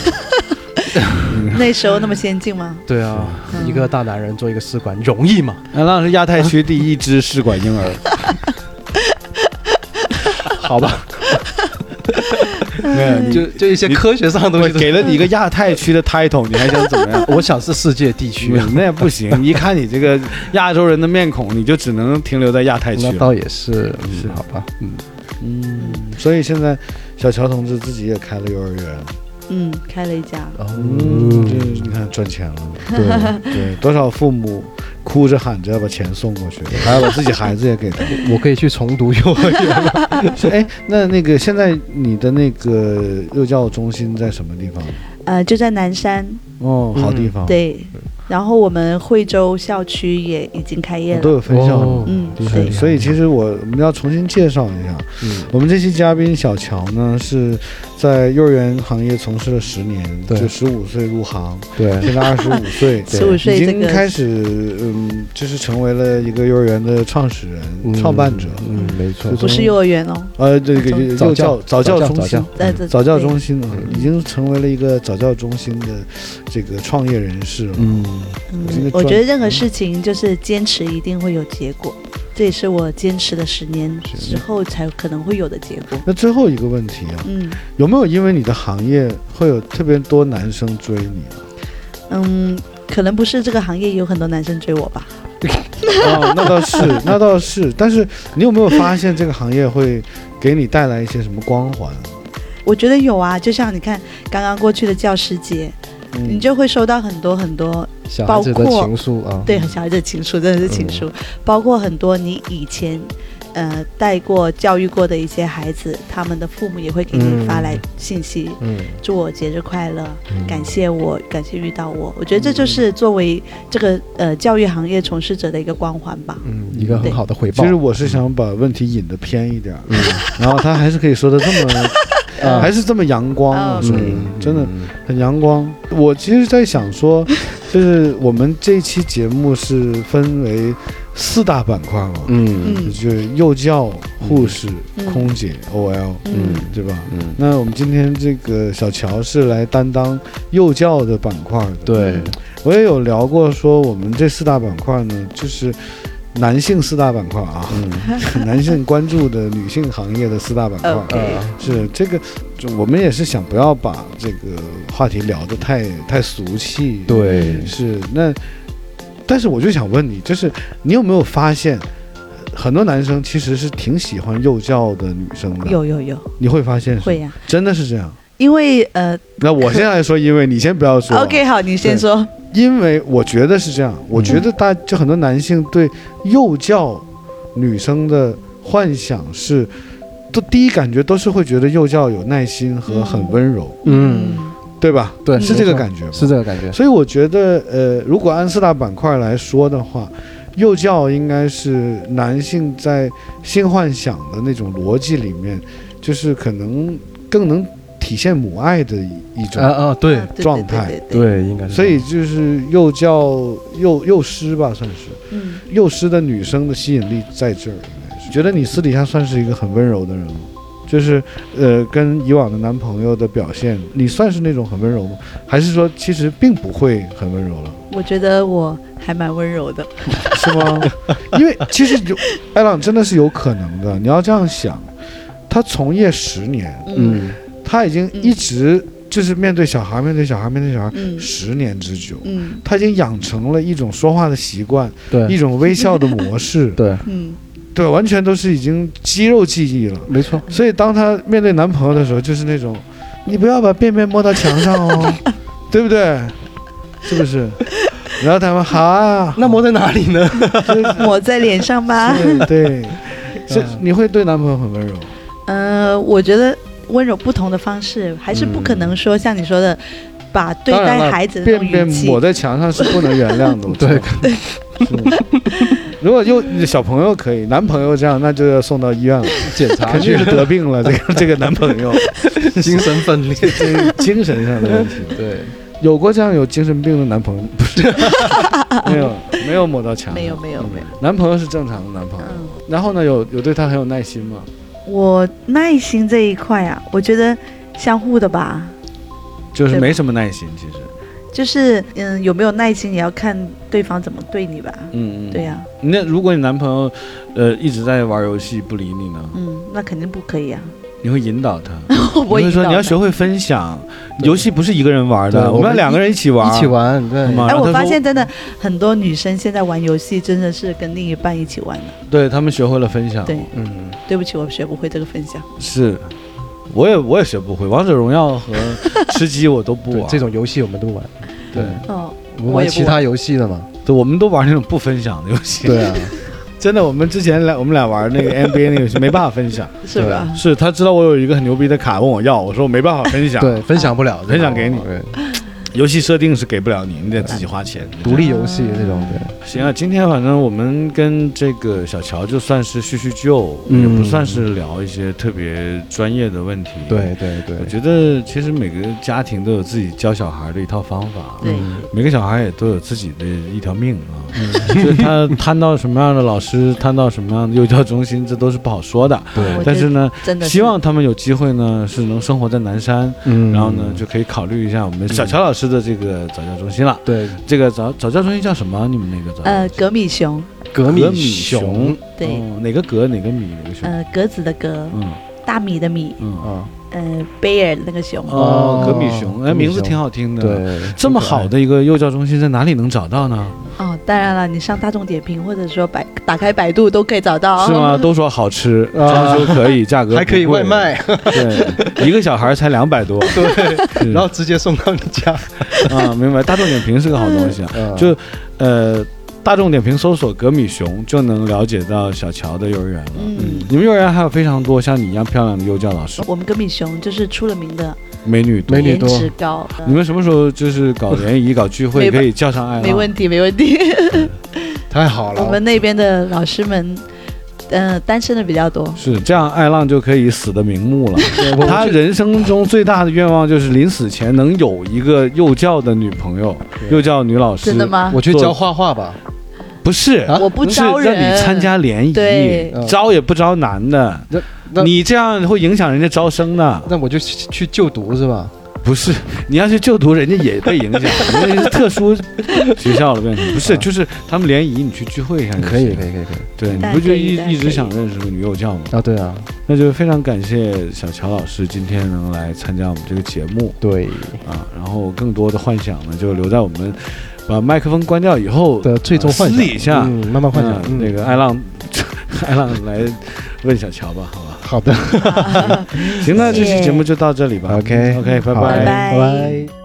那时候那么先进吗？
对啊，
嗯
一个大男人做一个试管容易吗？
艾浪是亚太区第一只试管婴儿，
[laughs] 好吧，
[laughs] 没有你
就就一些
你
科学上的东
我
西都。
给了嗯你一个亚太区的 title，你还想怎么
[laughs]
样？
我想是世界地区啊，
那也不行，一看你这个亚洲人的面孔，你就只能停留在亚太区
那
了。
倒也是，
是
嗯好吧，嗯，
嗯，所以现在小乔同志自己也开了幼儿园，
嗯，开了一家。
嗯，这
嗯，
你看赚钱了，[laughs]
对，
对，多少父母哭着喊着要把钱送过 [laughs] 去，还要把自己孩子也给他。
我可以去重读幼儿园
[laughs]
吗，
是哎，那那个现在你的那个幼教中心在什么地方？
呃，就在南山，
哦，好地
嗯
方，
对。然后我们惠州校区也已经开业
都
了。
有分校
哦
的。
嗯
厉害
对
厉害
所以其实我我们要重新介绍一下，
嗯
我们这期嘉宾小乔呢是在幼儿园行业从事了十年，
对
就十五岁入行，
对
现在二十
[laughs]
五岁，
对
15
已
岁这
经
个
开始嗯，就是成为了一个幼儿园的创始人、
嗯
创办者，
嗯，没错
就，
不是幼儿园哦，
呃，这个
中
幼教
早
早
教
教中心。
在这
早教中
心，
心啊，
嗯
已经成为了一个早教中心的这个创业人士了。
嗯，
这个
嗯，
专
我觉得任何事情就是坚持一定会有结果，这也是我坚持了十年之后才可能会有的结果。
那最后一个问题啊，
嗯
有没有因为你的行业会有特别多男生追你
[laughs]
啊？
嗯，可能不是这个行业有很多男生追我吧，
哦，那倒是，那倒是。但是你有没有发现这个行业会给你带来一些什么光环？啊
我觉得有啊，就像你看刚刚过去的教师节，
嗯
你就会收到很多很多
小孩子的
包括
情愫啊，
对小孩子的情书，真的是情书，
嗯
包括很多你以前。呃，带过、教育过的一些孩子，他们的父母也会给你发来信息，
嗯，
祝我节日快乐，
嗯
感谢我，感谢遇到我。我觉得这就是作为这个呃教育行业从事者的一个光环吧。
嗯，一个很好的回报
其实，我是想把问题引得偏一点，
嗯
儿，然后他还是可以说的
[laughs]
这么，
啊
还是这么阳光啊，
哦
说的
嗯，
真的很阳光。我其实在想说，就是我们这期节目是分为四大板块嘛，
嗯
嗯
就是幼教、护士、
嗯
空姐、OL，
嗯
对吧？
嗯，
那我们今天这个小乔是来担当幼教的板块的。
对，
我也有聊过，说我们这四大板块呢，就是男性四大板块啊，
嗯
[laughs] 男性关注的女性行业的四大板块。
OK
啊
是这个，就我们也是想不要把这个话题聊得太太俗气。，
对
是那，但是我就想问你，就是你有没有发现，很多男生其实是挺喜欢幼教的女生
嗯
的？，
有有有，
你会发现是
会呀、
真的是这样。
因为呃
那我先来说，因为你先不要说啊
，OK，好，你先说，
因为我觉得是这样，我觉得大就很多男性对幼教女生的幻想是，都第一感觉都是会觉得幼教有耐心和很温柔，
嗯，
对吧？
对，
是这个
没错
感觉吗
是这个感觉。
所以我觉得，呃，如果按四大板块来说的话，幼教应该是男性在性幻想的那种逻辑里面，就是可能更能体现母爱的一一种。
啊啊，对
啊对
状态
对对对，
对，应该是
所
这样。
以就是幼教幼幼师吧，算是
嗯，
幼师的女生的吸引力在这儿，应该是觉得你私底下算是一个很温柔的人吗？就是呃，跟以往的男朋友的表现，你算是那种很温柔吗？还是说其实并不会很温柔了？
我觉得我还蛮温柔的，
是吗？因为其实有艾朗真的是有可能的。你要这样想，他从业十年，
嗯
他已经一直就是面对小孩，面对小孩，面对小孩，
嗯
十年之久，
嗯
他已经养成了一种说话的习惯，一
对，
种微笑的模式
对，
嗯，
对，完全都是已经肌肉记忆了。
没错，
所以当她面对男朋友的时候，就是那种，你不要把便便摸到墙上哦，对不对？是不是？然后他们好啊，
那摸在哪里呢？
[laughs]
抹嗯在脸上吧，
对对，是你会对男朋友很温柔，
呃，我觉得温柔不同的方式，还是不可能说像你说的，把对
嗯当然
待
了
孩子的那
便
种
便
语气
抹，在墙上是不能原谅的。我知道是如果又小朋友可以，男朋友这样那就要送到医院了，
检查 [laughs]
肯定是得病了。这个这个男朋友，
精神 [laughs] 分裂。
这是精神上的问题。
对，
有过这样有精神病的男朋友？ [laughs] 不是，没有没有抹到墙上，嗯
没有没有没有，
男朋友是正常的男朋友。
嗯，
然后呢，有有对他很有耐心吗？
我耐心这一块啊，我觉得相互的吧，
就是
对
没什么耐心，其实。
就是嗯，有没有耐心也要看对方怎么对你吧，
嗯嗯，
对呀、
那如果你男朋友，呃，一直在玩游戏不理你呢，
嗯，那肯定不
[laughs]
可以啊，
你会引导他，
我
你会
引
说
导
你要
他
学会分享，
对
游戏不是一个人玩
对
的，
我
我们要
们
两个人一起玩，
一起，玩，对
好，吗？
哎，
哦然后
我
他
发
说
现真的很多女生现在玩游戏真的是跟另一半一起玩的。
对他们学会了分享，
对，
嗯，
对不起，我学不会这个分享。
是，我也我也学不会，王者荣耀和吃鸡我都不
[laughs] 对
玩，
这种游戏我们都玩，对，
哦，
我们
我
玩
也不
其他游戏的嘛，
对，我们都玩那种不分享的游戏，
对啊，
真的，我们之前来我们俩玩那个 NBA 那个游戏没办法分
[laughs]
享，
[laughs] 是吧？
啊
是他知道我有一个很牛逼的卡问我要，我说我没办法分享，
对，分享不了，
分享给你
对，
游戏设定是给不了你，你得自己花钱。
独立游戏这种，对，
行啊，今天反正我们跟这个小乔就算是叙叙旧，
嗯
也不算是聊一些特别专业的问题。，
对对
我
对，
觉得其实每个家庭都有自己教小孩的一套方法。
对，
每个小孩也都有自己的一条命啊，
嗯
[laughs] 就是他摊到什么样的老师，摊到什么样的幼教中心，这都是不好说的。
我
对，
但是呢，
真的是
希望他们有机会呢，是能生活在南山，
嗯
然后呢，就可以考虑一下我们小乔老师的这个早教中心了。
对，
这个早早教中心叫什么？你们那个早教
呃，格米熊，
格
米
米熊，
呃对，
哦哪个格哪个米哪个熊？
呃，格子的格，
嗯
大米的米，
嗯
啊，
呃，贝尔那个熊。
哦
哦，
格米熊，哎，
格米
名字
熊
挺好听的。，
对，
这么好的一个幼教中心在哪里能找到呢？
哦，当然了，你上大众点评或者说百打开百度都可以找到。哦
是吗？？都说好吃，
啊
装修可以，价格
还可以
不贵
外，卖，。
对，一个小孩才两百 [laughs] 多
对，
是
[laughs] 然后直接送到你家，
啊，明白。大众点评是个好东西啊，
嗯
就呃，大众点评搜索“格米熊”就能了解到小乔的幼儿园了。
嗯，
你们幼儿园还有非常多像你一样漂亮的幼教老师，
我们格米熊就是出了名的
美女多
美女
颜
多
值高，呃
你们什么时候就是搞联谊、搞聚会，
没吧
可以叫上艾浪？
呃没问题，没问题。
太好了，
[laughs] 我们那边的老师们，呃，单身的比较多。
是这样，艾浪就可以死的瞑目
[laughs]
了。
我
他人生中最大的愿望就是临死前能有一个幼教的女朋友，幼教女老师。
真的？吗？
我去
做
教画画吧，
不是，
啊
我不
是
招
让
人，
你参加联谊，
对
嗯
招也不招男的
那，那
你这样会影响人家招生的。
那我就去去就读是吧？
不是，你要去就读，人家也被影响，人家是特殊学校
[laughs]
了，变成不是，就是他们联谊，你去聚会一下就行
啊可以可以可以可以
对，你
大家
不就
可以
一
大家
一
可
直
以
想认识个女友教吗？
啊，对啊，
那就非常感谢小乔老师今天能来参加我们这个节目
对
啊，然后更多的幻想呢，就留在我们把麦克风关掉以后
的最终
呃
幻
私
想，
底下
嗯，慢慢幻想
那，
嗯
那个艾浪， [laughs] 艾浪来问小乔吧，好吧？
好的
行，那这
谢
期
谢
节目就到这里吧。
哎，OK
OK，拜
好
拜
拜
拜拜。